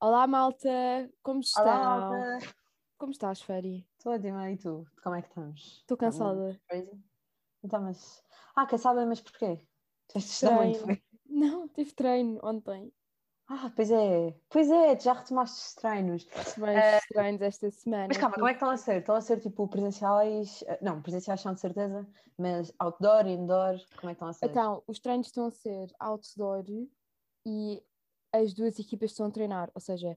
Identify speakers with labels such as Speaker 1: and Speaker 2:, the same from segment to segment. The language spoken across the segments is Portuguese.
Speaker 1: Olá, malta! Como estão?
Speaker 2: Olá,
Speaker 1: Como estás, Feri?
Speaker 2: Estou ótima, e tu? Como é que estamos?
Speaker 1: Estou cansada.
Speaker 2: Crazy? Então, mas... Ah, cansada, mas porquê? Tens de estar
Speaker 1: Treino.
Speaker 2: muito bem.
Speaker 1: Não, tive treino ontem.
Speaker 2: Ah, pois é. Pois é, já retomaste os treinos.
Speaker 1: Recebei
Speaker 2: Eh,
Speaker 1: os treinos esta semana.
Speaker 2: Mas calma, como é que estão a ser? Estão a ser, tipo, presenciais... eh, Não, presenciais são de certeza, mas outdoor, indoor, como é que estão a ser?
Speaker 1: Então, os treinos estão a ser outdoor e as duas equipas estão a treinar, ou seja,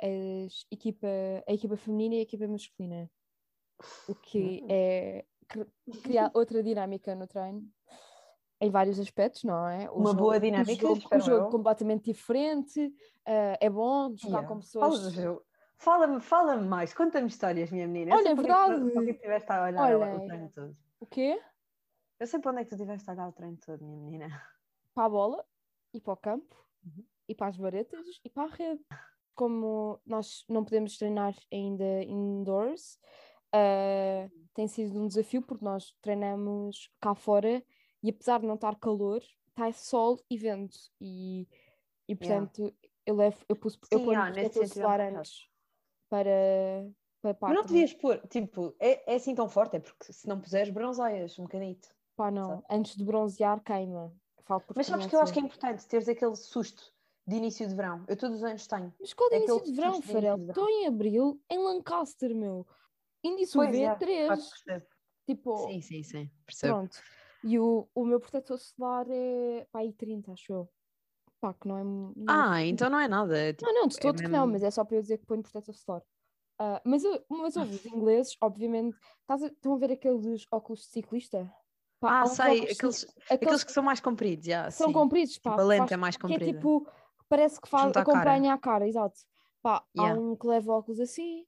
Speaker 1: as equipa, a equipa feminina e a equipa masculina. O que
Speaker 2: Hum.
Speaker 1: é cri- criar outra dinâmica no treino, em vários aspectos, não é? O
Speaker 2: Uma
Speaker 1: jogo-
Speaker 2: boa dinâmica,
Speaker 1: o jogo, o
Speaker 2: espero
Speaker 1: jogo
Speaker 2: eu.
Speaker 1: completamente diferente, eh, é bom jogar
Speaker 2: Yeah.
Speaker 1: com
Speaker 2: Fala
Speaker 1: pessoas.
Speaker 2: do jogo. Fala-me fala mais, conta-me histórias, minha menina.
Speaker 1: Olha, é verdade.
Speaker 2: Onde estiveste a olhar o
Speaker 1: Olha.
Speaker 2: treino todo?
Speaker 1: O quê?
Speaker 2: Eu sei para onde é que tu estiveste a olhar o treino todo, minha menina.
Speaker 1: para a bola e para o campo
Speaker 2: Uhum.
Speaker 1: e para as varetas e para a rede. Como nós não podemos treinar ainda indoors, ah, tem sido um desafio porque nós treinamos cá fora e apesar de não estar calor, está sol e vento. E, e
Speaker 2: Yeah.
Speaker 1: portanto, eu, levo, eu, pus, eu
Speaker 2: Sim,
Speaker 1: ponho
Speaker 2: ah,
Speaker 1: protetor
Speaker 2: nesse sentido é um
Speaker 1: solar
Speaker 2: bocado.
Speaker 1: antes para, para, para
Speaker 2: Mas não
Speaker 1: a
Speaker 2: devias pôr, tipo, é, é assim tão forte, é porque se não puseres bronzeias um bocadito.
Speaker 1: pá, não. Antes de bronzear, queima. Falo por
Speaker 2: Mas sabes que eu acho que é
Speaker 1: experiência.
Speaker 2: importante teres aquele susto de início de verão. Eu todos os anos tenho.
Speaker 1: Mas qual é
Speaker 2: É
Speaker 1: o início
Speaker 2: aquele
Speaker 1: de verão,
Speaker 2: susto de início
Speaker 1: Farel?
Speaker 2: de verão.
Speaker 1: Estou em abril em Lancaster, meu. Índice
Speaker 2: Pois é,
Speaker 1: UV3. Tipo,
Speaker 2: Sim, sim, sim. Percebo.
Speaker 1: pronto. E o, o meu protetor solar é pá, aí 30, acho eu. Pá, que não é. mu- não-
Speaker 2: Ah, então não é nada. é tipo-
Speaker 1: Não, não, de todo que não,
Speaker 2: mesmo-
Speaker 1: mas é só para eu dizer que ponho protetor solar. Ah, mas, eu, mas ouve, os ingleses, obviamente. estás a- estão a ver aqueles óculos de ciclista? Pá, há
Speaker 2: ah,
Speaker 1: uns óculos
Speaker 2: sei,
Speaker 1: de
Speaker 2: aqueles,
Speaker 1: ciclista- aqueles
Speaker 2: aqueles que são mais compridos, já.
Speaker 1: que são
Speaker 2: sim.
Speaker 1: compridos, pá.
Speaker 2: Tipo, a lente
Speaker 1: faz-
Speaker 2: é mais
Speaker 1: que é
Speaker 2: comprida.
Speaker 1: tipo, parece que faz,
Speaker 2: Junto à cara.
Speaker 1: acompanha a cara, exato. Pá,
Speaker 2: Yeah.
Speaker 1: há um que leva óculos assim,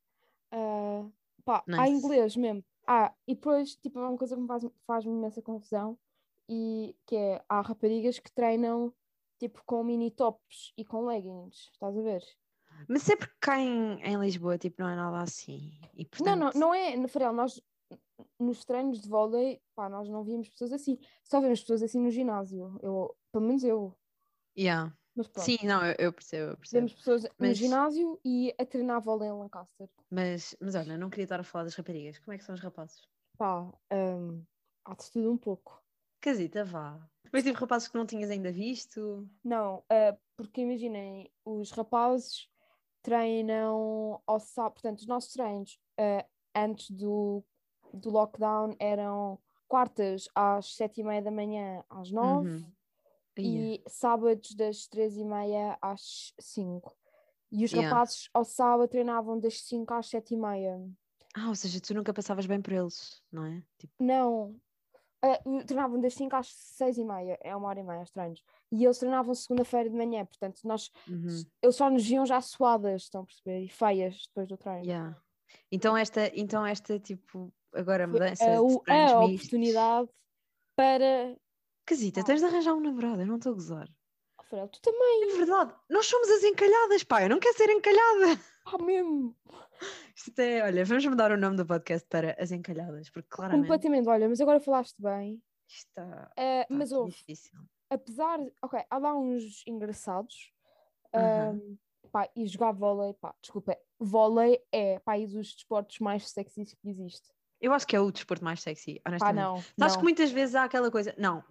Speaker 1: ah, pá, há
Speaker 2: Nice.
Speaker 1: inglês mesmo. Ah, e depois, tipo, é uma coisa que me faz, faz-me imensa confusão, e que é, há raparigas que treinam, tipo, com mini tops e com leggings, estás a ver?
Speaker 2: Mas sempre que cá em, em Lisboa, tipo, não é nada assim. E,
Speaker 1: Não, não,
Speaker 2: portanto,
Speaker 1: não é, no Farel, nós, nos treinos de vôlei, pá, nós não víamos pessoas assim, só vemos pessoas assim no ginásio, eu, pelo menos eu,
Speaker 2: yeah.
Speaker 1: mas pronto.
Speaker 2: Sim, não, eu, eu percebo, eu percebo.
Speaker 1: Vemos pessoas no
Speaker 2: Mas-
Speaker 1: ginásio e a treinar vôlei em Lancaster.
Speaker 2: Mas, mas olha, não queria estar a falar das raparigas. Como é que são os rapazes?
Speaker 1: Pá, hum, há de tudo um pouco.
Speaker 2: Casita, vá. Mas tipo rapazes que não tinhas ainda visto.
Speaker 1: Não, ah, porque imaginem, os rapazes treinam ao sábado, portanto, os nossos treinos ah, antes do, do lockdown eram quartas às sete e meia da manhã às nove
Speaker 2: Uhum. Ia.
Speaker 1: e sábados das três e meia às cinco. E os
Speaker 2: Yeah.
Speaker 1: rapazes ao sábado treinavam das cinco às sete e meia.
Speaker 2: Ah, ou seja, tu nunca passavas bem por eles, não é? Tipo,
Speaker 1: Não. Ah, eu treinava das 5 às 6 e meia, é uma hora e meia, estranhos. E eles treinavam segunda-feira de manhã, portanto, nós,
Speaker 2: uhum.
Speaker 1: eles só nos viam já suadas, estão a perceber? E feias depois do treino.
Speaker 2: yeah. então, esta, então esta, tipo, agora
Speaker 1: Foi
Speaker 2: mudança
Speaker 1: a,
Speaker 2: de
Speaker 1: o-
Speaker 2: treinos
Speaker 1: a
Speaker 2: mistos.
Speaker 1: oportunidade para.
Speaker 2: Casita, tens de arranjar um namorado, eu não estou a gozar.
Speaker 1: Oh, Farel, tu também,
Speaker 2: É verdade, nós somos as encalhadas, pá, eu não quero ser encalhada.
Speaker 1: pá, Ah, mesmo.
Speaker 2: Isto é, olha, vamos mudar o nome do podcast para As Encalhadas, porque claramente
Speaker 1: Completamente, olha, mas agora falaste bem.
Speaker 2: isto está,
Speaker 1: Ah,
Speaker 2: está
Speaker 1: mas
Speaker 2: aqui
Speaker 1: houve,
Speaker 2: difícil.
Speaker 1: apesar. Ok, há lá uns engraçados.
Speaker 2: Aham.
Speaker 1: ah, pá, e jogar vôlei, pá, desculpa, vôlei é, pá, e dos desportos mais sexys que existe.
Speaker 2: Eu acho que é o desporto mais sexy,
Speaker 1: Pá,
Speaker 2: honestamente.
Speaker 1: não.
Speaker 2: Sabes
Speaker 1: não.
Speaker 2: que muitas vezes há aquela coisa. Não,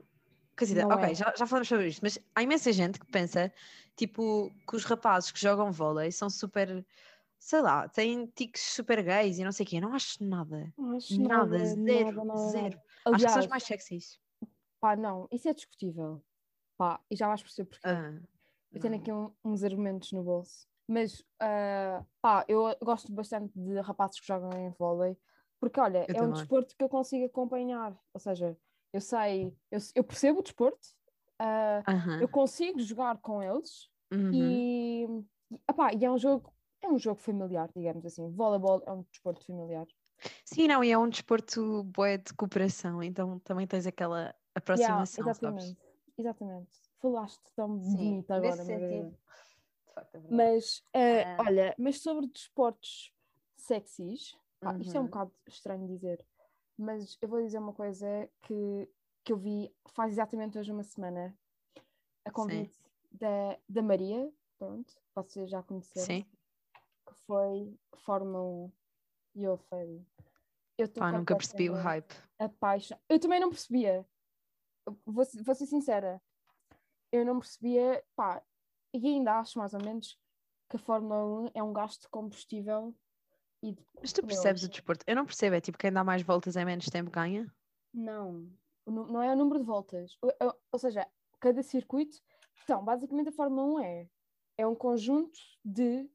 Speaker 2: quer dizer,
Speaker 1: Não
Speaker 2: ok,
Speaker 1: é.
Speaker 2: já, já falamos sobre isto, mas há imensa gente que pensa, tipo, que os rapazes que jogam vôlei são super. Sei lá, têm tiques super gays e não sei o quê. Eu Não acho nada.
Speaker 1: Não acho
Speaker 2: Nada, zero,
Speaker 1: nada, nada,
Speaker 2: zero.
Speaker 1: nada.
Speaker 2: Acho que
Speaker 1: Aliás,
Speaker 2: são os mais sexys.
Speaker 1: pá, não, isso é discutível. Pá, e já vais perceber porquê.
Speaker 2: Ah,
Speaker 1: eu tenho
Speaker 2: não.
Speaker 1: aqui um- uns argumentos no bolso. Mas, ah, pá, eu gosto bastante de rapazes que jogam em vôlei, porque, olha, é
Speaker 2: Eu
Speaker 1: um
Speaker 2: também.
Speaker 1: desporto que eu consigo acompanhar. Ou seja, eu sei, eu, eu percebo o desporto, ah,
Speaker 2: Aham,
Speaker 1: eu consigo jogar com eles,
Speaker 2: uhum.
Speaker 1: E, e, epá, e é um jogo, é um jogo familiar, digamos assim. Voleibol é um desporto familiar.
Speaker 2: Sim, não, e é um desporto bué de cooperação, então também tens aquela
Speaker 1: Yeah,
Speaker 2: aproximação, sabes?
Speaker 1: exatamente, exatamente. Falaste tão bonito agora, é
Speaker 2: nesse
Speaker 1: Mariana.
Speaker 2: sentido. De facto, é verdade.
Speaker 1: Mas, eh,
Speaker 2: Ah.
Speaker 1: olha, mas sobre desportos sexys, pá, isto é um
Speaker 2: Uhum.
Speaker 1: bocado estranho dizer, mas eu vou dizer uma coisa que, que eu vi faz exatamente hoje uma semana, a convite da, da Maria, pronto, vocês já conheceram.
Speaker 2: Sim,
Speaker 1: que foi Fórmula 1 e eu falei. Eu tô
Speaker 2: Pá, nunca percebi o
Speaker 1: completamente
Speaker 2: hype.
Speaker 1: apaixonada. Eu também não percebia. Vou, se- vou ser sincera. Eu não percebia, pá, e ainda acho mais ou menos que a Fórmula 1 é um gasto de combustível e de
Speaker 2: Mas tu percebes o desporto? Eu não percebo, é tipo quem dá mais voltas em menos tempo ganha?
Speaker 1: Não, o nu- não é o número de voltas. O- é o- Ou seja, cada circuito. Então, basicamente a Fórmula 1 é, é um conjunto de,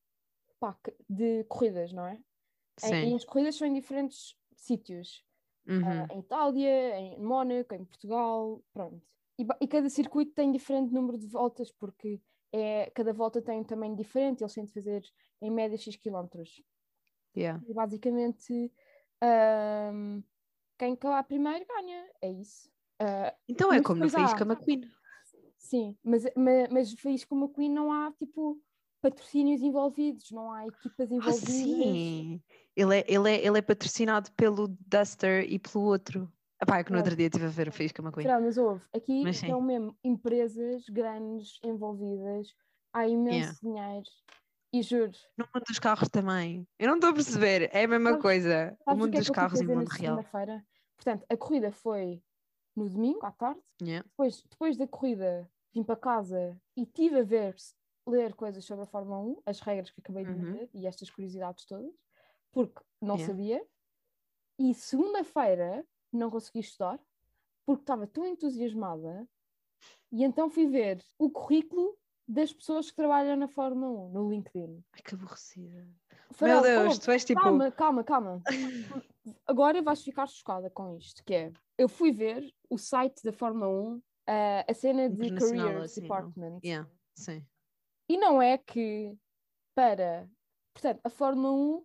Speaker 1: pá, que- de corridas, não é? Em- E
Speaker 2: Sim.
Speaker 1: as corridas são em diferentes sítios.
Speaker 2: Uhum.
Speaker 1: Ah, em Itália, em Mónaco, em Portugal, pronto. E, ba- e cada circuito tem diferente número de voltas, porque é, cada volta tem um tamanho diferente, eles têm de fazer em média X quilómetros.
Speaker 2: Yeah.
Speaker 1: E basicamente, ahm, quem calar primeiro ganha, é isso. Ah,
Speaker 2: Então é
Speaker 1: Mas
Speaker 2: como no
Speaker 1: depois há-
Speaker 2: Faísca McQueen. Ah,
Speaker 1: Sim, mas, ma- mas, feliz como a Queen não há tipo patrocínios envolvidos, não há equipas
Speaker 2: Ah,
Speaker 1: envolvidas.
Speaker 2: sim! Ele é, ele, é, ele é patrocinado pelo Duster e pelo outro. Epá, é que no
Speaker 1: Pronto.
Speaker 2: outro dia estive a ver o Faísca McQueen.
Speaker 1: Será, mas houve. Aqui
Speaker 2: Mas sim.
Speaker 1: são mesmo empresas grandes envolvidas, há imenso dinheiro. E juro,
Speaker 2: No mundo dos carros também. Eu não estou a perceber, é a mesma
Speaker 1: Sabes-
Speaker 2: coisa.
Speaker 1: sabes
Speaker 2: O
Speaker 1: o
Speaker 2: mundo
Speaker 1: que é
Speaker 2: dos
Speaker 1: que eu fui
Speaker 2: carros e o
Speaker 1: fazer na
Speaker 2: mundo real.
Speaker 1: segunda-feira? Portanto, a corrida foi no domingo à tarde.
Speaker 2: Yeah.
Speaker 1: Depois, depois da corrida, vim para casa e tive a ver, ler coisas sobre a Fórmula 1, as regras que acabei de
Speaker 2: Uhum.
Speaker 1: dizer e estas curiosidades todas, porque não
Speaker 2: Yeah.
Speaker 1: sabia. E segunda-feira não consegui estudar, porque estava tão entusiasmada. E então fui ver o currículo das pessoas que trabalham na Fórmula 1 no LinkedIn.
Speaker 2: Ai, que aborrecida.
Speaker 1: Farol,
Speaker 2: Meu Deus,
Speaker 1: ouve,
Speaker 2: tu és tipo.
Speaker 1: Calma, calma, calma. Agora vais ficar chocada com isto, que é, eu fui ver o site da Fórmula 1, eh, a cena de
Speaker 2: Internacional,
Speaker 1: Careers
Speaker 2: assim, não?
Speaker 1: Department.
Speaker 2: Yeah, sim.
Speaker 1: E não é que para... Portanto, a Fórmula 1,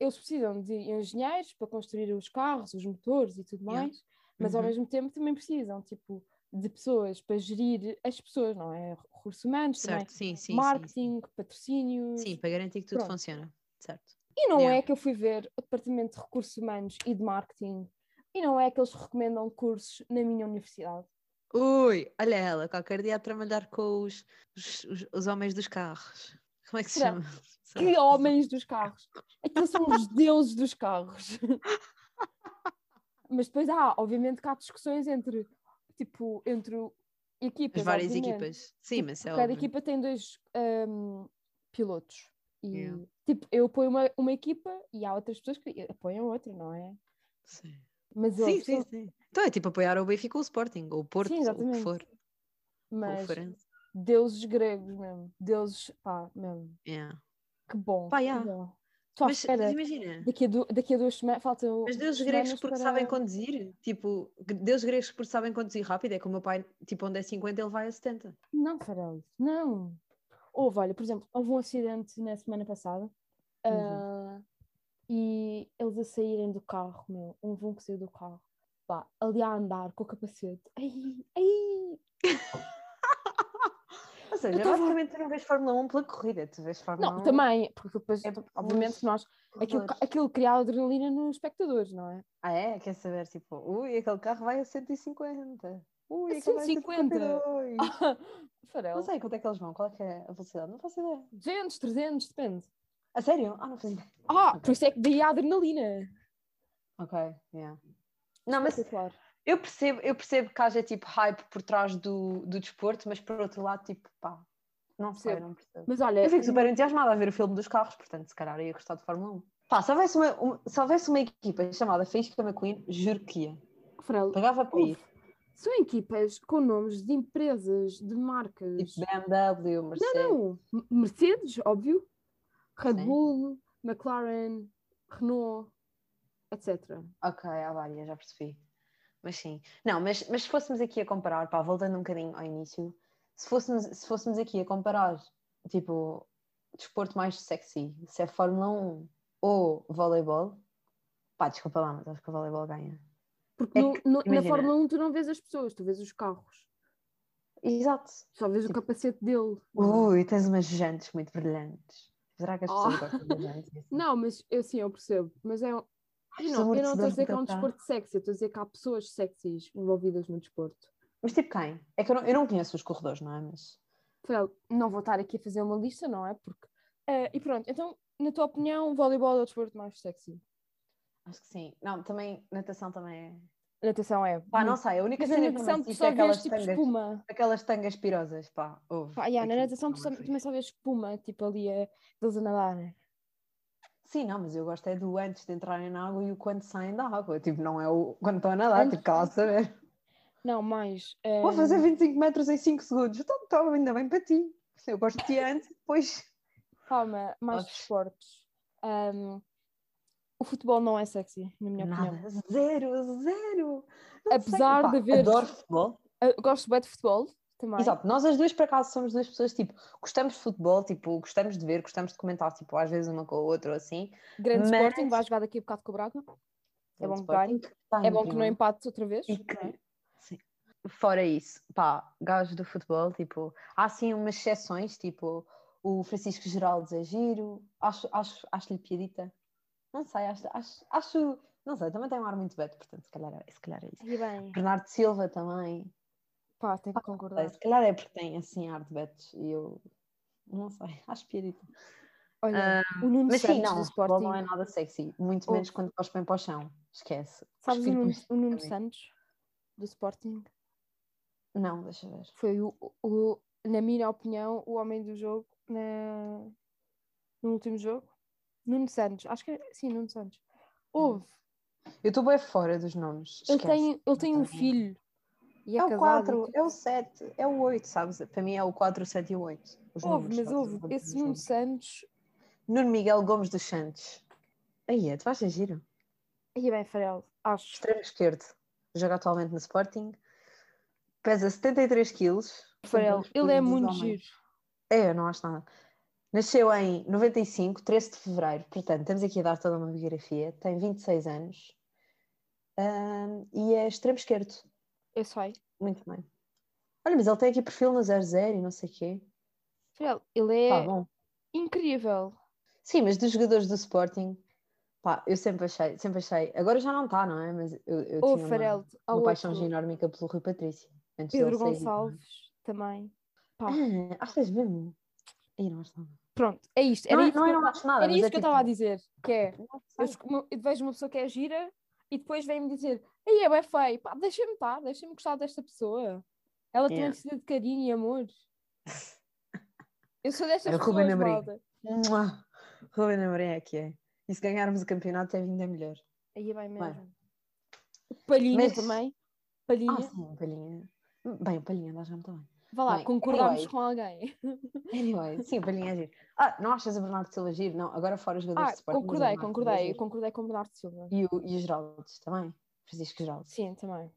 Speaker 1: eles precisam de engenheiros para construir os carros, os motores e tudo
Speaker 2: Yeah.
Speaker 1: mais, mas ao
Speaker 2: Uhum.
Speaker 1: mesmo tempo também precisam, tipo, de pessoas para gerir as pessoas, não é? Recursos humanos, também
Speaker 2: Certo, sim, sim. sim,
Speaker 1: marketing, patrocínios,
Speaker 2: Sim, para garantir que tudo
Speaker 1: Pronto.
Speaker 2: funciona. Certo.
Speaker 1: E não
Speaker 2: Yeah.
Speaker 1: é que eu fui ver o departamento de recursos humanos e de marketing. E não é que eles recomendam cursos na minha universidade.
Speaker 2: Ui, olha ela, qualquer dia a trabalhar com os, os, os, os homens dos carros. Como é que se
Speaker 1: Será?
Speaker 2: chama? Sei
Speaker 1: Que
Speaker 2: lá.
Speaker 1: homens dos carros! Aqueles são os deuses dos carros. Mas depois há, obviamente, que há discussões entre, tipo, entre o- equipas.
Speaker 2: As várias
Speaker 1: obviamente.
Speaker 2: equipas. Sim,
Speaker 1: Tipo,
Speaker 2: mas é
Speaker 1: cada
Speaker 2: óbvio.
Speaker 1: equipa tem dois ahm, pilotos. E,
Speaker 2: Yeah.
Speaker 1: tipo, eu apoio uma, uma equipa e há outras pessoas que apoiam outra, não é?
Speaker 2: Sim.
Speaker 1: Mas
Speaker 2: Sim,
Speaker 1: ouve,
Speaker 2: sim,
Speaker 1: são-
Speaker 2: sim. Então é tipo apoiar o Benfica ou o Sporting, ou o Porto, ou o que
Speaker 1: né? exatamente.
Speaker 2: for. Ou o
Speaker 1: mas
Speaker 2: Farense.
Speaker 1: deuses gregos mesmo, deuses, pá, mesmo,
Speaker 2: Yeah.
Speaker 1: que bom.
Speaker 2: Pá,
Speaker 1: que
Speaker 2: yeah.
Speaker 1: bom. Estou à
Speaker 2: Mas, mas
Speaker 1: espera,
Speaker 2: imagina,
Speaker 1: daqui a, du- daqui a duas semanas, falta
Speaker 2: mas deuses gregos porque sabem
Speaker 1: sabem
Speaker 2: conduzir, tipo, gre- deuses gregos porque sabem conduzir rápido, é que o meu pai, tipo, onde é 50 ele vai a 70.
Speaker 1: Não, Farol, não. Houve, olha, por exemplo, houve um acidente na semana passada ah,
Speaker 2: Uhum.
Speaker 1: e eles a saírem do carro, meu, um vão que saiu do carro, pá, ali a andar com o capacete, ai, ai,
Speaker 2: Ou seja,
Speaker 1: tava-
Speaker 2: basicamente tu não vês Fórmula 1 pela corrida, tu vês Fórmula
Speaker 1: não,
Speaker 2: 1
Speaker 1: também, porque depois,
Speaker 2: é por
Speaker 1: obviamente,
Speaker 2: causa
Speaker 1: nós,
Speaker 2: dos
Speaker 1: aquilo,
Speaker 2: corredores.
Speaker 1: aquilo cria adrenalina nos espectadores, não é?
Speaker 2: Ah é? Quer saber, tipo, ui, aquele carro vai a 150. Ui,
Speaker 1: A
Speaker 2: aquele vai a
Speaker 1: 150.
Speaker 2: 152.
Speaker 1: Ah. Farol,
Speaker 2: Não sei quanto é que eles vão, qual é, que é a velocidade, não faço ideia.
Speaker 1: 200, 300, depende.
Speaker 2: A sério? Ah, não fazia.
Speaker 1: Ah, por isso é que daí a adrenalina.
Speaker 2: Ok, yeah. Não, mas
Speaker 1: Espetacular.
Speaker 2: eu percebo, eu percebo que haja tipo hype por trás do, do desporto, mas por outro lado, tipo, pá, não sei,
Speaker 1: Percebo.
Speaker 2: não percebo.
Speaker 1: Mas olha,
Speaker 2: Eu fico super entusiasmada a ver o filme dos carros, portanto, se calhar ia gostar de Fórmula 1. Pá, se houvesse uma, uma- se houvesse uma equipa chamada Faísca McQueen, juro que ia.
Speaker 1: Farol,
Speaker 2: Pagava para ir.
Speaker 1: são equipas com nomes de empresas, de marcas.
Speaker 2: Tipo BMW, Mercedes.
Speaker 1: Não, M- Mercedes, óbvio. Red
Speaker 2: Sim.
Speaker 1: Bull, McLaren, Renault, etc.
Speaker 2: Ok, há várias, já percebi. Mas sim. Não, mas, mas se fôssemos aqui a comparar, pá, voltando um bocadinho ao início, se fôssemos, se fôssemos aqui a comparar, tipo, desporto mais sexy, se é Fórmula 1 ou voleibol, pá, desculpa lá, mas acho que o voleibol ganha.
Speaker 1: Porque
Speaker 2: É
Speaker 1: no-
Speaker 2: que,
Speaker 1: no- na
Speaker 2: imagina.
Speaker 1: Fórmula 1 tu não vês as pessoas, tu vês os carros.
Speaker 2: Exato.
Speaker 1: Só vês o
Speaker 2: Tipo-
Speaker 1: capacete dele.
Speaker 2: Ui, tens umas jantes muito brilhantes. Será que as pessoas
Speaker 1: Oh.
Speaker 2: gostam de jantes? Assim?
Speaker 1: Não, mas eu sim, eu percebo. Mas é. um-
Speaker 2: Ai,
Speaker 1: Eu
Speaker 2: os
Speaker 1: não eu não estou a dizer que é um
Speaker 2: amortecedores do teu carro.
Speaker 1: desporto sexy, eu estou a dizer que há pessoas sexys envolvidas no desporto.
Speaker 2: Mas tipo quem? É que eu não, eu não conheço os corredores, não é? Mas...
Speaker 1: Pronto, não vou estar aqui a fazer uma lista, não é? Porque. eh, e pronto, então na tua opinião, o voleibol é o desporto mais sexy?
Speaker 2: Acho que sim. Não, também, natação também é.
Speaker 1: Natação é.
Speaker 2: Pá,
Speaker 1: muito-
Speaker 2: não sei, a única
Speaker 1: Mas na
Speaker 2: cena que
Speaker 1: natação
Speaker 2: não
Speaker 1: tu
Speaker 2: assisto é
Speaker 1: só vês
Speaker 2: aquelas
Speaker 1: tipo
Speaker 2: tangas,
Speaker 1: espuma.
Speaker 2: aquelas tangas pirosas, pá. ouve,
Speaker 1: Pá, yeah, na
Speaker 2: aquilo
Speaker 1: natação tu
Speaker 2: não é
Speaker 1: só-
Speaker 2: fixe.
Speaker 1: também só vês espuma, tipo ali a, deles a né? nadarem.
Speaker 2: Sim, não, mas eu gosto é do antes de entrarem na água e o quando saem da água. Tipo, não é o quando estão a nadar,
Speaker 1: Antes
Speaker 2: tipo, cala a saber.
Speaker 1: Não, mais.
Speaker 2: Vou
Speaker 1: ehm,
Speaker 2: fazer 25 metros em 5 segundos. Então, então, ainda bem para ti. Eu gosto de ti antes, depois.
Speaker 1: Calma, mais
Speaker 2: Oxe.
Speaker 1: desportos. Ehm, o futebol não é sexy, na minha opinião.
Speaker 2: Nada, zero, zero. Não sei,
Speaker 1: Apesar
Speaker 2: pá,
Speaker 1: de haver-
Speaker 2: Adoro futebol.
Speaker 1: Eu gosto bem de futebol também.
Speaker 2: Exato, nós as duas por acaso somos duas pessoas, tipo, gostamos de futebol, tipo, gostamos de ver, gostamos de comentar, tipo, às vezes uma com a outra ou assim. Então,
Speaker 1: Grande
Speaker 2: Mas- Ah,
Speaker 1: Sporting, vai jogar daqui a bocado com o Braga. É
Speaker 2: tipo,
Speaker 1: bom que ganhe. É bom que não empate
Speaker 2: empate.
Speaker 1: outra vez.
Speaker 2: E
Speaker 1: não é?
Speaker 2: que- sim. Fora isso, pá, gajos do futebol, tipo, há sim umas exceções, tipo, o Francisco Geraldes é giro, acho-lhe acho, acho piadita. Não sei, acho, acho, acho- não sei, também tem um ar muito beto, portanto, se calhar, é- se calhar é isso.
Speaker 1: E bem,
Speaker 2: Bernardo Silva também,
Speaker 1: pá, tenho que
Speaker 2: não sei,
Speaker 1: concordar.
Speaker 2: se calhar é porque tem assim ar de betos e eu não sei, acho piadita.
Speaker 1: Olha, o Nuno
Speaker 2: Ah, Mas
Speaker 1: Santos
Speaker 2: sim, Oh. não,
Speaker 1: do
Speaker 2: o futebol não é
Speaker 1: Sporting.
Speaker 2: nada sexy, muito
Speaker 1: Ouve.
Speaker 2: menos quando cospem para o chão, esquece.
Speaker 1: Sabes o
Speaker 2: Cuspir
Speaker 1: Nuno,
Speaker 2: com-
Speaker 1: o Nuno
Speaker 2: também.
Speaker 1: Santos do Sporting?
Speaker 2: Não, deixa ver.
Speaker 1: Foi, o, o- na minha opinião, o homem do jogo na, no último jogo. Nuno Santos, acho que é, sim, Nuno Santos. Houve.
Speaker 2: Eu estou bem fora dos nomes.
Speaker 1: Ele
Speaker 2: Hum, esquece.
Speaker 1: tem, ele tem um
Speaker 2: Não tá tenho ideia.
Speaker 1: filho. E é,
Speaker 2: É o
Speaker 1: casado.
Speaker 2: 4, é o 7, é o 8, sabes? Para mim é o 4, o 7 e o 8.
Speaker 1: Houve, mas houve. Esse Nuno Santos.
Speaker 2: Nuno Miguel Gomes dos Santos. Aí é, tu vais ser giro.
Speaker 1: E é bem, Farel, acho.
Speaker 2: Extremo esquerdo. Joga atualmente no Sporting. Pesa 73 quilos.
Speaker 1: Farel, ele é muito giro.
Speaker 2: É, eu não acho nada. Nasceu em 95, 13 de fevereiro. Portanto, estamos aqui a dar toda uma biografia. Tem 26 anos. Ahm, e é extremo esquerdo.
Speaker 1: Eu sei.
Speaker 2: Muito bem. Olha, mas ele tem aqui perfil no 00 e não sei o quê.
Speaker 1: Farel, ele é
Speaker 2: Tá bom.
Speaker 1: incrível.
Speaker 2: Sim, mas dos jogadores do Sporting, pá, eu sempre achei, sempre achei. Agora já não está, não é? Mas eu, eu
Speaker 1: Houve,
Speaker 2: tinha
Speaker 1: Farel,
Speaker 2: uma,
Speaker 1: há
Speaker 2: uma paixão
Speaker 1: outro.
Speaker 2: genórmica pelo Rui Patrício. Antes
Speaker 1: Pedro
Speaker 2: dele sair, não é?
Speaker 1: Gonçalves também. Pá,
Speaker 2: Ah, achas mesmo? Aí não acho nada.
Speaker 1: pronto, é isto. Era
Speaker 2: não, é-
Speaker 1: isso
Speaker 2: não,
Speaker 1: que
Speaker 2: é
Speaker 1: eu-
Speaker 2: não acho nada.
Speaker 1: era
Speaker 2: mas
Speaker 1: isso
Speaker 2: é
Speaker 1: que eu
Speaker 2: tipo,
Speaker 1: estava a dizer. Que é,
Speaker 2: não
Speaker 1: eu,
Speaker 2: sei.
Speaker 1: esco- uma- eu vejo uma pessoa que é gira e depois vem-me dizer, aí é bem feio, pá, deixa-me estar, deixa-me gostar desta pessoa. Ela também
Speaker 2: Yeah.
Speaker 1: precisa de carinho e amor. Eu sou destas
Speaker 2: Olha, o Ruben
Speaker 1: pessoas,
Speaker 2: Amorim.
Speaker 1: malda.
Speaker 2: Mua! Ruben Amorim é que é. E se ganharmos o campeonato é ainda melhor.
Speaker 1: Aí é bem
Speaker 2: Bem.
Speaker 1: mesmo. Palhinha
Speaker 2: Mas-
Speaker 1: também.
Speaker 2: Ah,
Speaker 1: Palhinha.
Speaker 2: sim, o Palhinha. Bem, o Palhinha nós já também.
Speaker 1: Vá lá,
Speaker 2: Bem,
Speaker 1: concordamos
Speaker 2: anyway.
Speaker 1: com alguém.
Speaker 2: Anyway, sim, o Palhinha é giro. Ah, não achas o Bernardo Silva giro? Não, agora fora os jogadores
Speaker 1: Ah,
Speaker 2: de Sporting. mas o
Speaker 1: concordei,
Speaker 2: Bernardo Silva é
Speaker 1: concordei.
Speaker 2: giro.
Speaker 1: Concordei com o Bernardo Silva.
Speaker 2: E o, e o Geraldes também. Francisco Geraldes.
Speaker 1: Sim, também.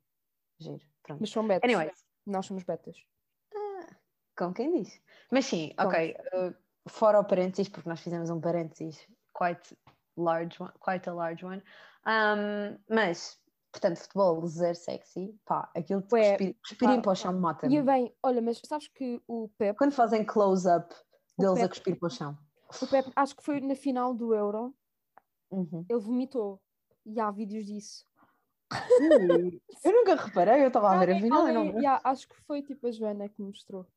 Speaker 2: Giro. Pronto.
Speaker 1: Mas é são betas.
Speaker 2: Anyway,
Speaker 1: Nós somos betas.
Speaker 2: com quem diz. Mas sim,
Speaker 1: Com-
Speaker 2: ok. eh, fora o parênteses, porque nós fizemos um parênteses quite large one, quite a large one. Um, mas, portanto, futebol zero sexy, pá, aquilo de
Speaker 1: Ué,
Speaker 2: cuspir- cuspirem
Speaker 1: pá,
Speaker 2: para o chão mata
Speaker 1: E bem, olha, mas sabes que o Pep,
Speaker 2: Quando fazem close-up
Speaker 1: O
Speaker 2: deles a
Speaker 1: Pep-
Speaker 2: cuspir para o chão.
Speaker 1: o Pep, acho que foi na final do Euro,
Speaker 2: Uhum.
Speaker 1: ele vomitou. E há vídeos disso.
Speaker 2: Ui, eu nunca reparei, eu estava a ver a
Speaker 1: Alguém-
Speaker 2: final e não.
Speaker 1: alguém- yeah, acho que foi tipo a Joana que me mostrou.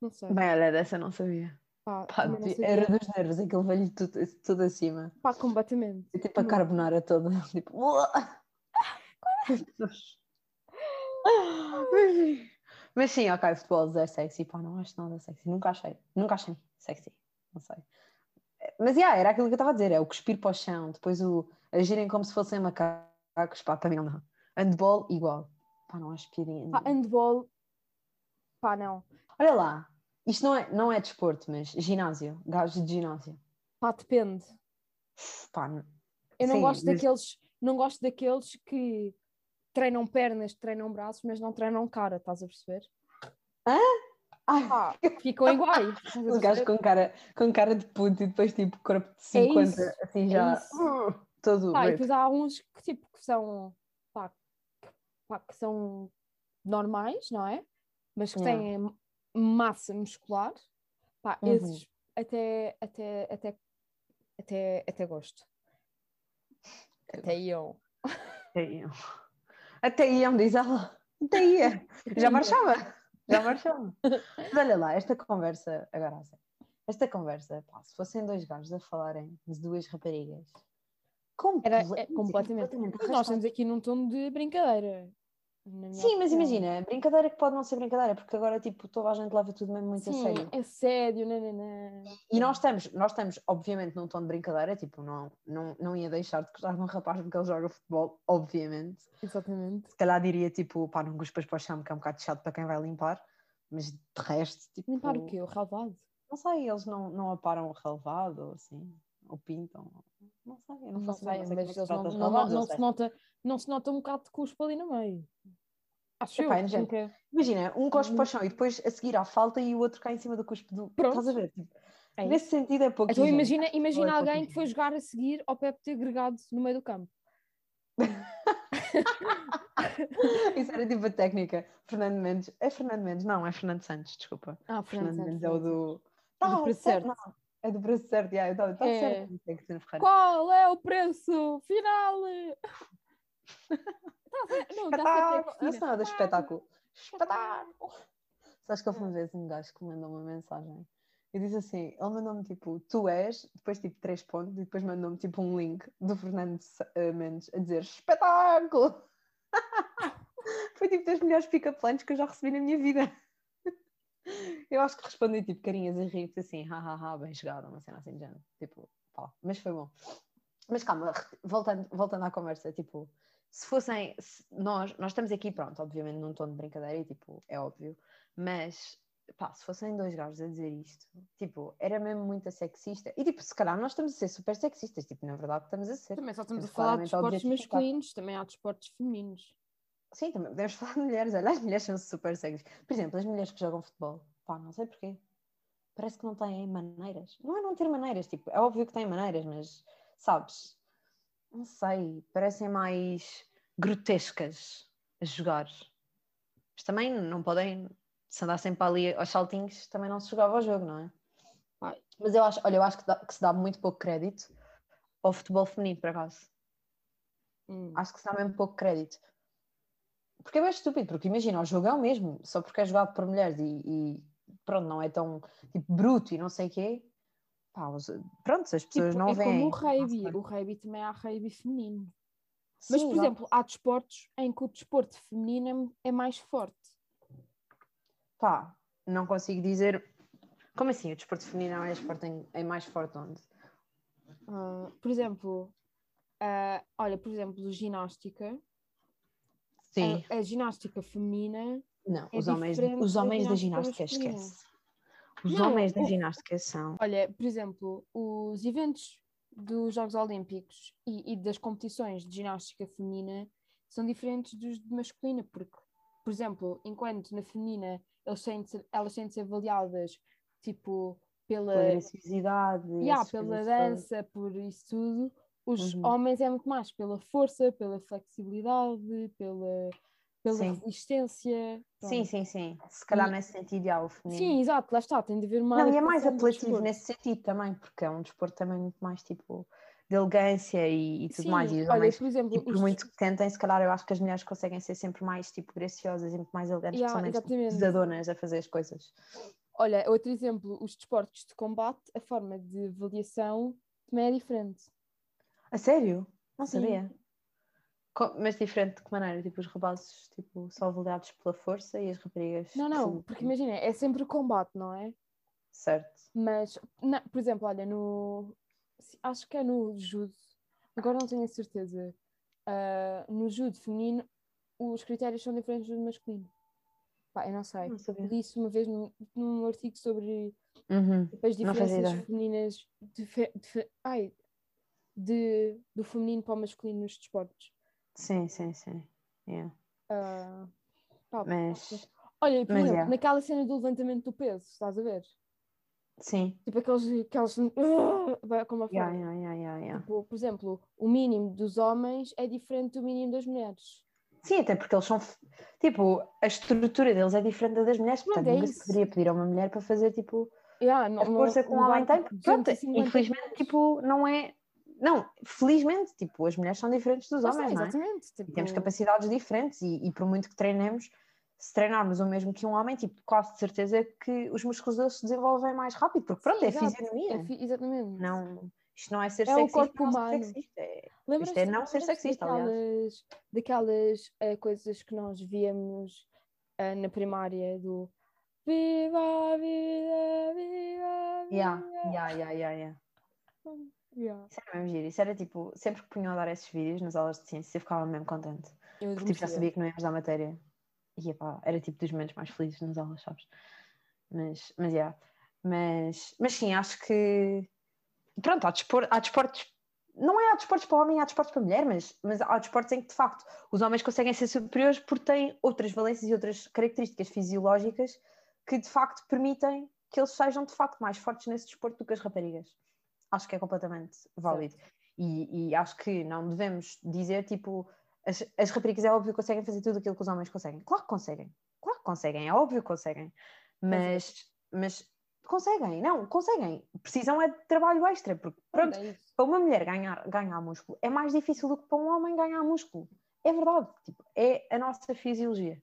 Speaker 1: Não sei.
Speaker 2: Bem, olha, dessa não sabia.
Speaker 1: pá,
Speaker 2: Pá,
Speaker 1: também não
Speaker 2: devia-
Speaker 1: sabia.
Speaker 2: era dos nervos, aquele velho tudo, tudo acima.
Speaker 1: Pá, completamente.
Speaker 2: É tipo a
Speaker 1: Não.
Speaker 2: carbonara toda. Tipo. "Uah!" Mas- Mas sim, ok, futebol é sexy. Pá, não acho nada sexy. Nunca achei. Nunca achei sexy. Não sei. Mas yeah, era aquilo que eu estava a dizer. É o cuspir para o chão. Depois o agirem como se fossem macacos. Pá, para mim não. Handball, igual. Pá, não acho piadinha.
Speaker 1: Pá, handball. Pá, não.
Speaker 2: Olha lá. Isto não é, não é desporto, mas ginásio. Gajos de ginásio.
Speaker 1: Pá, depende.
Speaker 2: Pá, não-
Speaker 1: Eu não
Speaker 2: Sim,
Speaker 1: gosto
Speaker 2: mas-
Speaker 1: daqueles, não gosto daqueles que treinam pernas, treinam braços, mas não treinam cara, estás a perceber?
Speaker 2: Ai,
Speaker 1: Pá, ficam iguais. estás a
Speaker 2: Os gajos
Speaker 1: perceber?
Speaker 2: com cara, com cara de puto e depois tipo corpo de
Speaker 1: É
Speaker 2: 50,
Speaker 1: isso,
Speaker 2: assim
Speaker 1: é
Speaker 2: já
Speaker 1: isso.
Speaker 2: uh, todo
Speaker 1: Pá, e
Speaker 2: ripped.
Speaker 1: depois há uns que tipo que são pá, que, pá, que são normais, não é? Mas que
Speaker 2: Yeah.
Speaker 1: têm massa muscular, pá,
Speaker 2: Uhum.
Speaker 1: esses até, até, até, até, até gosto. Até eu.
Speaker 2: Até iam. Até iam, diz ela. Até ia. Já marchava. Já marchava. Mas olha lá, esta conversa, agora a sério. Esta conversa, pá, se fossem dois gajos a falarem de duas raparigas, comple
Speaker 1: Era é, completamente. Mas nós
Speaker 2: arrastado.
Speaker 1: estamos aqui num tom de brincadeira. na minha
Speaker 2: Sim, mas
Speaker 1: opinião.
Speaker 2: imagina, brincadeira que pode não ser brincadeira, porque agora, tipo, toda a gente leva tudo mesmo muito a sério.
Speaker 1: Sim, é sério, nananã.
Speaker 2: E nós estamos, nós estamos, obviamente, num tom de brincadeira, tipo, não, não, não ia deixar de gostar de um rapaz porque ele joga futebol, obviamente.
Speaker 1: Exatamente.
Speaker 2: Se calhar diria, tipo, pá, não cuspas para o chão, que é um bocado chato para quem vai limpar, mas de resto, tipo...
Speaker 1: Limpar o quê? O ralvado?
Speaker 2: Não sei, eles não, não aparam o relevado, ou assim, ou pintam, não sei, eu não
Speaker 1: Não,
Speaker 2: faço
Speaker 1: sei,
Speaker 2: ideia,
Speaker 1: mas
Speaker 2: não sei
Speaker 1: eles
Speaker 2: como
Speaker 1: não,
Speaker 2: é que se trata os
Speaker 1: não, não,
Speaker 2: relevados,
Speaker 1: não
Speaker 2: eles
Speaker 1: se
Speaker 2: têm-
Speaker 1: nota, não se nota um bocado de cuspo ali no meio. Acho
Speaker 2: Epá, é
Speaker 1: eu.
Speaker 2: gente,
Speaker 1: nunca- é.
Speaker 2: Imagina, um cospe para o chão e depois a seguir à falta e o outro cá em cima do cuspe do...
Speaker 1: Hum. Pronto.
Speaker 2: Estás a ver? Tipo,
Speaker 1: É
Speaker 2: nesse sentido é pouco
Speaker 1: Então
Speaker 2: higiênico.
Speaker 1: imagina, imagina
Speaker 2: pouco
Speaker 1: alguém que foi jogar a seguir ao Pepe ter gregado no meio do campo.
Speaker 2: Isso era tipo a técnica. Fernando Mendes. É Fernando Mendes? Não, é Fernando Santos, desculpa.
Speaker 1: Ah,
Speaker 2: Fernando,
Speaker 1: Santos,
Speaker 2: Mendes é o
Speaker 1: Fernando
Speaker 2: do.
Speaker 1: Santos.
Speaker 2: Não,
Speaker 1: Do preço
Speaker 2: é-
Speaker 1: certo.
Speaker 2: não, É do preço certo, yeah, eu estava
Speaker 1: É.
Speaker 2: certo. É Cristina Ferreira.
Speaker 1: Qual é o preço final? Tá certo, não, tá certo, é
Speaker 2: Espetáculo!
Speaker 1: Cristina.
Speaker 2: Esse não é do espetáculo.
Speaker 1: Espetáculo.
Speaker 2: Espetáculo! Sabes que houve uma vez um gajo que me mandou uma mensagem e disse assim: ele mandou-me tipo, tu és, depois tipo três pontos, e depois mandou-me tipo um link do Fernando Sa- eh, Mendes a dizer espetáculo! Foi tipo das melhores pick-up lines que eu já recebi na minha vida. Eu acho que respondi tipo carinhas a rir, assim, hahaha, bem jogado, uma cena assim de género. Tipo, pá, mas foi bom. Mas calma, re- voltando, voltando à conversa, tipo, se fossem se nós, nós estamos aqui, pronto, obviamente num tom de brincadeira e tipo, é óbvio, mas pá, se fossem dois gajos a dizer isto, tipo, era mesmo muito sexista. E tipo, se calhar nós estamos a ser super sexistas, tipo, na verdade estamos a ser.
Speaker 1: Também só estamos a
Speaker 2: Mas
Speaker 1: falar de
Speaker 2: claramente é ao
Speaker 1: esportes
Speaker 2: objetificar.
Speaker 1: masculinos, também há de esportes femininos.
Speaker 2: Sim, também podemos falar de mulheres, olha, as mulheres são super sexistas. Por exemplo, as mulheres que jogam futebol, pá, não sei porquê. Parece que não têm maneiras. Não é não ter maneiras, tipo, é óbvio que têm maneiras, mas sabes, não sei, parecem mais grotescas a jogar. Mas também não podem, se andar sempre ali aos saltinhos, também não se jogava ao jogo, não é?
Speaker 1: Ai.
Speaker 2: Mas eu acho, olha, eu acho que, dá- que se dá muito pouco crédito ao futebol feminino, por acaso.
Speaker 1: Hum.
Speaker 2: Acho que se dá mesmo pouco crédito. Porque é bem estúpido, porque imagina, o jogo é o mesmo, só porque é jogado por mulheres e, e, pronto, não é tão tipo, bruto e não sei o quê. Pá, os- pronto, se as pessoas
Speaker 1: Tipo,
Speaker 2: não
Speaker 1: é
Speaker 2: veem.
Speaker 1: como o rugby.
Speaker 2: Sim,
Speaker 1: O rugby também há rugby feminino. Mas, por
Speaker 2: exato.
Speaker 1: exemplo, há desportos em que o desporto feminino é é mais forte.
Speaker 2: Pá, não consigo dizer. Como assim? O desporto feminino é mais forte, em- é mais forte onde?
Speaker 1: Ah, por exemplo, ah, olha, por exemplo, ginástica.
Speaker 2: Sim.
Speaker 1: A, a ginástica feminina.
Speaker 2: não,
Speaker 1: é
Speaker 2: os homens,
Speaker 1: diferente
Speaker 2: os
Speaker 1: da
Speaker 2: homens da
Speaker 1: ginástica
Speaker 2: ginástica,
Speaker 1: masculina.
Speaker 2: esquece. Os
Speaker 1: Não,
Speaker 2: homens da
Speaker 1: o-
Speaker 2: ginástica são.
Speaker 1: Olha, por exemplo, os eventos dos Jogos Olímpicos e, e das competições de ginástica feminina são diferentes dos de masculina, porque, por exemplo, enquanto na feminina eles têm de ser- elas têm de ser avaliadas tipo pela,
Speaker 2: Pela graciosidade. e tipo
Speaker 1: yeah,
Speaker 2: essas
Speaker 1: pela
Speaker 2: coisas todas.
Speaker 1: dança, por isso tudo, os
Speaker 2: Uhum.
Speaker 1: homens é muito mais pela força, pela flexibilidade, pela, pela
Speaker 2: Sim.
Speaker 1: resistência.
Speaker 2: Sim,
Speaker 1: pronto.
Speaker 2: sim, sim. Se calhar
Speaker 1: E-
Speaker 2: nesse sentido há o feminino.
Speaker 1: Sim, exato, lá está, tem de haver uma.
Speaker 2: Não, e é mais
Speaker 1: adaptação do
Speaker 2: apelativo
Speaker 1: desporto.
Speaker 2: nesse sentido também, porque é um desporto também muito mais tipo de elegância e, e tudo mais. E os
Speaker 1: olha,
Speaker 2: homens,
Speaker 1: por exemplo,
Speaker 2: e por
Speaker 1: os-
Speaker 2: muito que tentem, se calhar eu acho que as mulheres conseguem ser sempre mais tipo graciosas e muito mais elegantes,
Speaker 1: Yeah,
Speaker 2: porque são menos
Speaker 1: exatamente.
Speaker 2: pesadonas a fazer as coisas.
Speaker 1: Olha, outro exemplo, os desportos de combate, a forma de avaliação também é diferente.
Speaker 2: A sério? Não
Speaker 1: Sim.
Speaker 2: sabia. Co- Mas diferente de que maneira? Tipo, os rapazes tipo, são avaliados pela força e as raparigas.
Speaker 1: Não, não,
Speaker 2: pelo-
Speaker 1: porque imagina, é sempre combate, não é?
Speaker 2: Certo.
Speaker 1: Mas, na- por exemplo, olha, no. se- Acho que é no judo, agora não tenho a certeza. ah, no judo feminino, os critérios são diferentes do masculino. Pá, eu não sei.
Speaker 2: Não sabia.
Speaker 1: Li isso uma vez num, num artigo sobre
Speaker 2: Uhum.
Speaker 1: tipo, as
Speaker 2: Não fazia
Speaker 1: diferenças
Speaker 2: ideia.
Speaker 1: femininas de, fe- de fe- ai, de- do feminino para o masculino nos desportos.
Speaker 2: Sim, sim, sim. Yeah.
Speaker 1: Ah, pá,
Speaker 2: Mas
Speaker 1: Olha, e, por
Speaker 2: Mas
Speaker 1: exemplo,
Speaker 2: é.
Speaker 1: naquela cena do levantamento do peso, estás a ver?
Speaker 2: sim.
Speaker 1: Tipo aqueles. aqueles "Ugh", vai como a
Speaker 2: Yeah,
Speaker 1: forma.
Speaker 2: yeah, yeah, yeah, yeah.
Speaker 1: Tipo, por exemplo, o mínimo dos homens é diferente do mínimo das mulheres.
Speaker 2: Sim, até porque eles são. f- Tipo, a estrutura deles é diferente da das mulheres,
Speaker 1: Pronto,
Speaker 2: portanto,
Speaker 1: é
Speaker 2: nunca se
Speaker 1: isso.
Speaker 2: poderia pedir a uma mulher para fazer tipo
Speaker 1: Yeah,
Speaker 2: a força que um homem
Speaker 1: tipo
Speaker 2: tem. porque, Pronto, infelizmente, tipo, não é. Não, felizmente, tipo, as mulheres são diferentes dos homens, não é?
Speaker 1: Exatamente.
Speaker 2: E temos
Speaker 1: tipo,
Speaker 2: capacidades diferentes e, e por muito que treinemos, se treinarmos o mesmo que um homem, tipo, quase de certeza que os músculos deles se desenvolvem mais rápido, porque pronto,
Speaker 1: Sim,
Speaker 2: é
Speaker 1: exato.
Speaker 2: fisionomia.
Speaker 1: É fi- exatamente.
Speaker 2: Não, isto não é ser
Speaker 1: É o
Speaker 2: sexista,
Speaker 1: corpo
Speaker 2: não ser
Speaker 1: humano.
Speaker 2: sexista. É-
Speaker 1: Lembras-te
Speaker 2: Isto é não ser
Speaker 1: lembras-te
Speaker 2: sexista, aliás.
Speaker 1: daquelas, daquelas eh, coisas que nós víamos eh, na primária do Viva, a vida, viva, viva.
Speaker 2: Yeah, yeah, yeah, yeah, yeah.
Speaker 1: Yeah.
Speaker 2: Isso era mesmo giro. Isso era tipo, sempre que punham a dar esses vídeos nas aulas de ciência, eu ficava mesmo contente.
Speaker 1: Eu
Speaker 2: Porque tipo, já
Speaker 1: adormecia.
Speaker 2: sabia que não íamos dar matéria. E epá, era tipo dos momentos mais felizes nas aulas, sabes? Mas, mas, yeah. mas, mas sim, acho que. Pronto, há, despor, há desportos. Não é há desportos para homem, há desportos para mulher, mas, mas há desportos em que de facto os homens conseguem ser superiores porque têm outras valências e outras características fisiológicas que de facto permitem que eles sejam de facto mais fortes nesse desporto do que as raparigas. Acho que é completamente válido. E, e acho que não devemos dizer tipo as, as raparigas é óbvio que conseguem fazer tudo aquilo que os homens conseguem. Claro que conseguem, claro que conseguem, é óbvio que conseguem, mas, mas conseguem, não, conseguem. Precisam é de trabalho extra, porque pronto,
Speaker 1: é isso.
Speaker 2: para uma mulher ganhar, ganhar músculo é mais difícil do que para um homem ganhar músculo. É verdade, tipo, é a nossa fisiologia.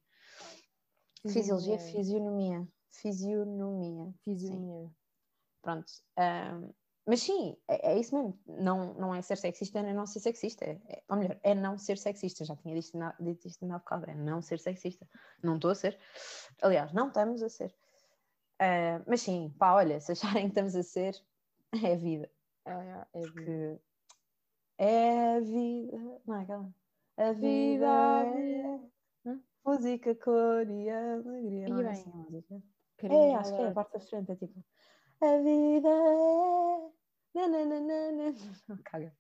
Speaker 2: Hum. Fisiologia, é
Speaker 1: Fisionomia.
Speaker 2: fisionomia. Fisionomia.
Speaker 1: Fisionomia.
Speaker 2: Pronto. ahm, mas sim, é, é isso mesmo. Não, não é ser sexista, não é não ser sexista. É, ou melhor, é não ser sexista. Já tinha dito, na- dito isto na há bocado. É não ser sexista. Não estou a ser. Aliás, não estamos a ser. Ah, mas sim, pá, olha, se acharem que estamos a ser, é a vida.
Speaker 1: Ah, yeah, é vida.
Speaker 2: Porque é a vida. Não é aquela? A vida
Speaker 1: Vida,
Speaker 2: é
Speaker 1: vida.
Speaker 2: música, cor e alegria.
Speaker 1: E
Speaker 2: Não é
Speaker 1: bem,
Speaker 2: assim a música? É,
Speaker 1: Carinha
Speaker 2: acho que é a
Speaker 1: Love.
Speaker 2: parte da frente, é tipo A vida é nananana. Não, Caga.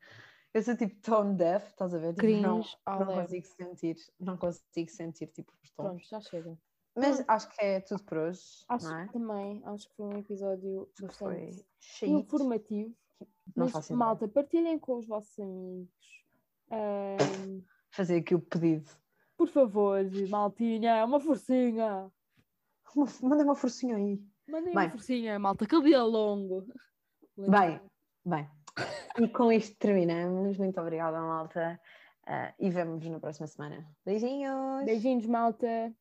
Speaker 2: Eu sou tipo tone deaf, estás a ver? Tipo, não,
Speaker 1: Cringe,
Speaker 2: não
Speaker 1: alert.
Speaker 2: consigo sentir, não consigo sentir tipo os tons.
Speaker 1: Pronto, já chega.
Speaker 2: Mas acho que é tudo por hoje,
Speaker 1: Acho
Speaker 2: não é?
Speaker 1: que também, acho que foi um episódio bastante
Speaker 2: Foi cheio.
Speaker 1: informativo.
Speaker 2: Não
Speaker 1: Mas,
Speaker 2: faço ideia.
Speaker 1: malta, partilhem com os vossos amigos. Ahm,
Speaker 2: Fazer aqui o pedido.
Speaker 1: por favor, maltinha, é uma forcinha.
Speaker 2: Uma- Manda uma forcinha aí.
Speaker 1: Mandem
Speaker 2: Bem.
Speaker 1: uma forcinha, malta, que dia longo.
Speaker 2: Bem, bem. E com isto terminamos. Muito obrigada, malta. Ah, e vemos-nos na próxima semana. Beijinhos!
Speaker 1: Beijinhos, malta.